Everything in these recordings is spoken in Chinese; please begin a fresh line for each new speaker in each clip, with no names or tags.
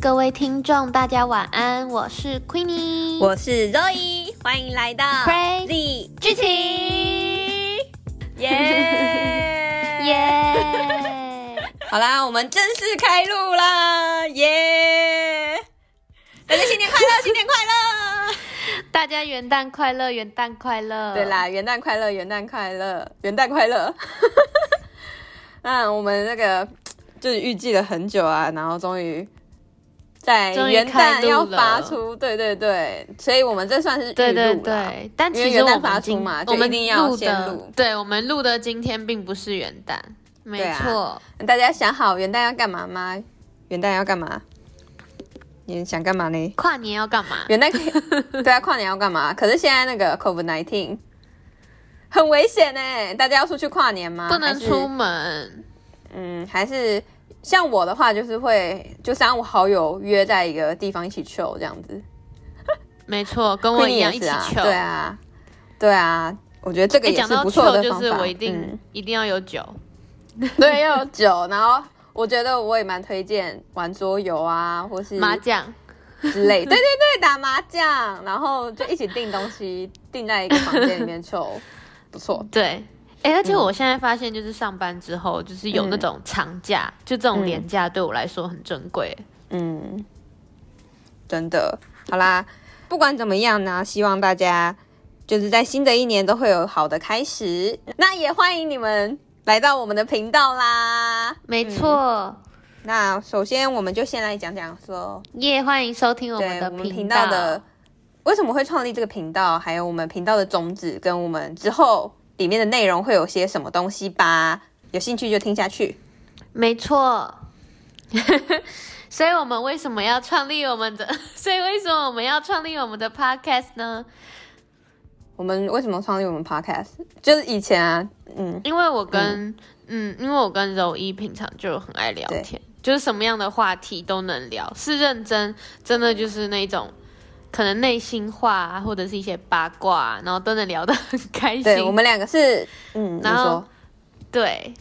各位听众，大家晚安，我是 Queenie，
我是 Zoe，欢迎来到
Crazy
Z
剧情
耶
耶！
好啦，我们正式开录啦，耶、大家新年快乐，新年快乐！
大家元旦快乐，元旦快乐！
对，啦，元旦快乐，元旦快乐，元旦快乐。 那我们那个就是预计了很久啊，然后终于在
终于
元
开
旦
录
要发
了
出，对对对，所以我们这算是预
对对
录啦
对，但
因
其
为
实
元旦
我
发
们
出
今
嘛就
我们
一定要
录
先
的
录，
对我们录的今天并不是元旦，没
对啊
错。
大家想好元旦要干嘛吗？元旦要干嘛？你想干嘛呢？
跨年要干嘛？
元旦 可以对啊，跨年要干嘛？可是现在那个 COVID nineteen 很危险呢，大家要出去跨年吗？
不能
还是
出。门，
嗯，还是像我的话，就是会就三五好友约在一个地方一起 chill 这样子。
没错，跟我
Queenie
一样
也
一
是
起
啊，
求。
对啊，对啊，我觉得这个
诶
也
讲
是
到
不错
chill，
的
就
方
是
法。
我一定、
嗯
一定要有酒，
对，要有酒，然后我觉得我也蛮推荐玩桌游啊，或是
麻将，
之类。对对对，打麻将，然后就一起订东西，订在一个房间里面抽，不错。
对。哎、而
嗯
且我现在发现，就是上班之后，就是有那种长假，就这种年假对我来说很珍贵。
嗯，真的，好啦，不管怎么样呢，希望大家就是在新的一年都会有好的开始。那也欢迎你们来到我们的频道啦。
没错，
那首先我们就先来讲讲说，
也、欢迎收听我们
对
的
我们
频
频道的为什么会创立这个频道，还有我们频道的宗旨，跟我们之后里面的内容会有些什么东西吧。有兴趣就听下去。
没错。 所以我们为什么要创立我们的？ 所以为什么我们要创立我们的 podcast 呢？
我们为什么创立我们 podcast？就是以前啊，嗯，
因为我跟嗯因为我跟柔一平常就很爱聊天，就是什么样的话题都能聊，是认真，真的就是那种可能内心话、啊、或者是一些八卦啊、然后都能聊得很开心。
对我们两个是，嗯，你
然后
说，
对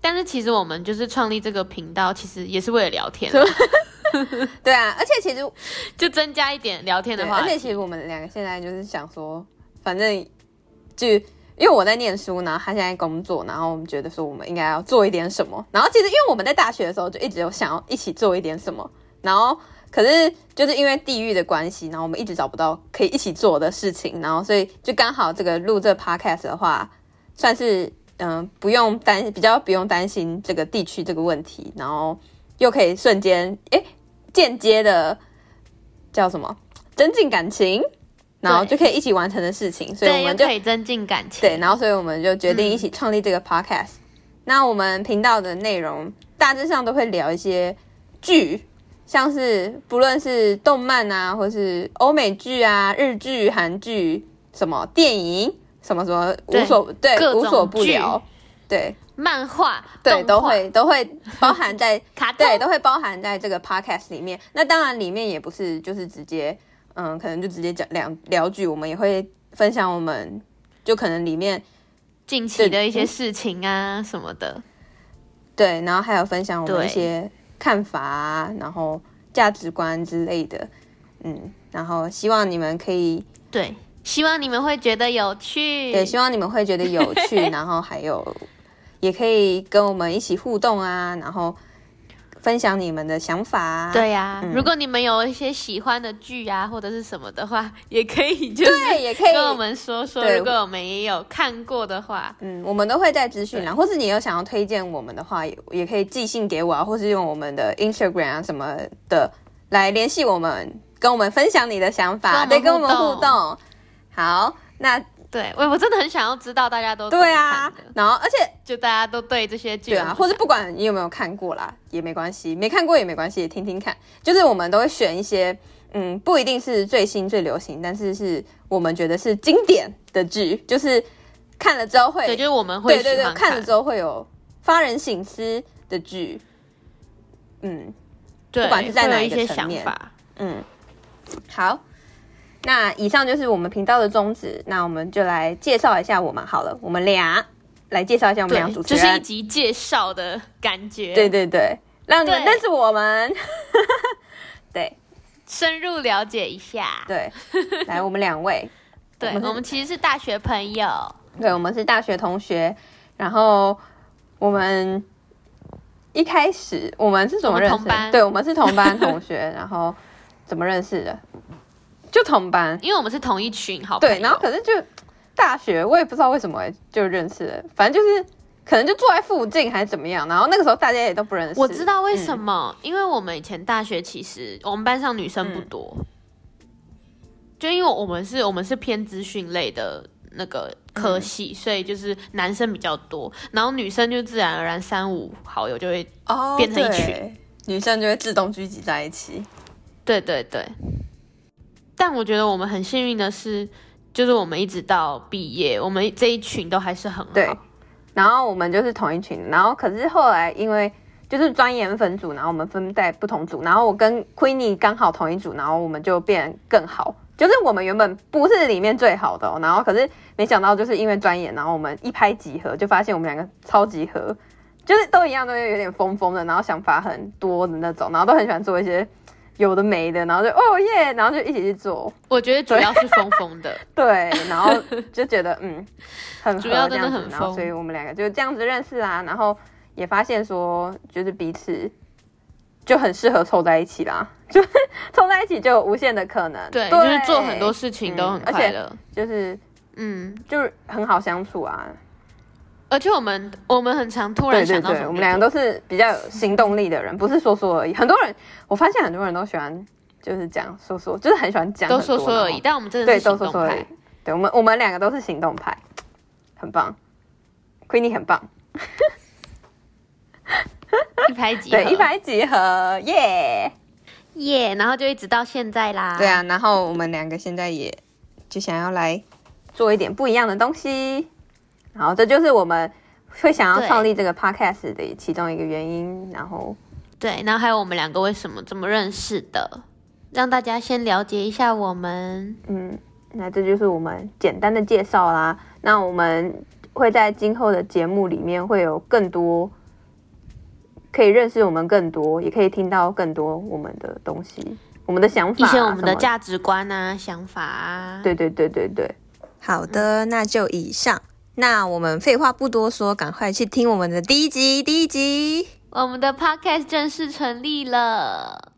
但是其实我们就是创立这个频道，其实也是为了聊天啊，
对啊，而且其实，
就增加一点聊天
对，
的话
而且
题。
其实我们两个现在就是想说，反正就因为我在念书，然后他现在工作，然后我们觉得说我们应该要做一点什么。然后其实因为我们在大学的时候就一直有想要一起做一点什么，然后可是就是因为地域的关系，然后我们一直找不到可以一起做的事情，然后所以就刚好这个录这 podcast 的话，算是嗯、不用担比较不用担心这个地区这个问题，然后又可以瞬间诶间接的叫什么增进感情，然后就
对
可以一起完成的事情，所以我
对，又
们就
可以增进感情。
对，然后所以我们就决定
嗯
一起创立这个 podcast。那我们频道的内容大致上都会聊一些剧，像是不论是动漫啊，或是欧美剧啊、日剧、韩剧，什么电影，什么什么无
对
所对
各
无所
种
不
剧
聊，对
漫画、
对
动
都
画、
会都会 包含在
卡通，
对，都会包含在这个 podcast 里面。那当然，里面也不是就是直接，嗯，可能就直接讲聊聊剧，我们也会分享我们就可能里面
近期的
对
一些事情啊什么的。
对，然后还有分享我们
对
一些看法啊，然后价值观之类的，嗯，然后希望你们可以，
对，希望你们会觉得有趣。
对，希望你们会觉得有 趣，然后还有也可以跟我们一起互动啊，然后分享你们的想法、啊，
对呀、
嗯
如果你们有一些喜欢的剧啊，或者是什么的话， 也可以就是
对，也可以
跟我们说说。
对
如果我们也有看过的话，
嗯，我们都会在资讯栏，或是你有想要推荐我们的话，也也可以寄信给我啊，或是用我们的 Instagram 啊什么的来联系我们，跟我们分享你的想法，对，
跟
跟
我
我
们
们
互动
互动。好，那
对我我真的很想要知道大家都怎么
对啊
看的，
然后而且
就大家都对这些剧
对
有
啊，
什么
或者不管你有没有看过啦，也没关系，没看过也没关系，也听听看。就是我们都会选一些，嗯，不一定是最新最流行，但是是我们觉得是经典的剧，就是看了之后会
对，就是我们会
对对
喜
对，
欢
看了之后会有发人省思的剧。嗯
对，
不管是在哪
会有
一
一
个
些
层
想
面
法。
嗯，好，那以上就是我们频道的宗旨。那我们就来介绍一下我们好了，我们俩来介绍一下我们
对
俩主，啊持
就是一
人。
集介绍的感觉。
对对对，让你们
对
认识我们。对
深入了解一下。
对，来，我们两位，
对，
我们是
我们其实是大学朋友，
对，我们是大学同学，然后我们一开始我们是怎么认
我
识
们同班
的？对，我们是同班同 学，然后怎么认识的？就同班，
因为我们是同一群好朋友。
对，然后可是就大学，我也不知道为什么就认识了，反正就是可能就住在附近还是怎么样，然后那个时候大家也都不认识，
我知道为
嗯
什么，因为我们以前大学其实我们班上女生不
嗯
多，就因为我们是我们是偏资讯类的那个
嗯
科系，所以就是男生比较多，然后女生就自然而然三五好友就会，
哦，
变成一群
对，女生就会自动聚集在一起，
对对对。但我觉得我们很幸运的是，就是我们一直到毕业，我们这一群都还是很好。
对，然后我们就是同一群，然后可是后来因为就是专研分组，然后我们分在不同组，然后我跟 Queenie 刚好同一组，然后我们就变更好。就是我们原本不是里面最好的哦、然后可是没想到就是因为专研，然后我们一拍即合，就发现我们两个超级合，就是都一样，都有点疯疯的，然后想法很多的那种，然后都很喜欢做一些有的没的，然后就哦耶，然后就一起去做，
我觉得主要是疯疯 的，
对，然后就觉得嗯，很合
主要
这
真的
样子
很，
然后
疯
所以我们两个就这样子认识啦，然后也发现说，就是彼此就很适合凑在一起啦， 就是凑在一起就有无限的可能，
对，
对
就是做很多事情都很
嗯而且
快乐，
就是
嗯。
就是很好相处啊，
而且我们我们很常突
对
然
对
想到什
对，
么，
我们两个都是比较有行动力的人，不是说说而已。很多人我发现很多人都喜欢就是讲说说，就是很喜欢讲
都
很
说
多
说而已，，但我们真的
对，
是
都
行
说
动
说而已
派。。
对我们，我们两个都是行动派，很棒。Queenie 很棒，
一拍即合，
对，一拍即合，耶、
耶然后就一直到现在啦。
对，啊，然后我们两个现在也就想要来做一点不一样的东西，然后这就是我们会想要
对
创立这个 podcast 的其中一个原因。然后，
对，然后还有我们两个为什么这么认识的，让大家先了解一下我们。
嗯，那这就是我们简单的介绍啦。那我们会在今后的节目里面会有更多。可以认识我们更多，也可以听到更多我们的东西，我们的想法
一
啊什
些
么，
我们的价值观啊、想法啊，
对对对对对。好的，那就以上。那我们废话不多说，赶快去听我们的第一集，第一集。
我们的 podcast 正式成立了。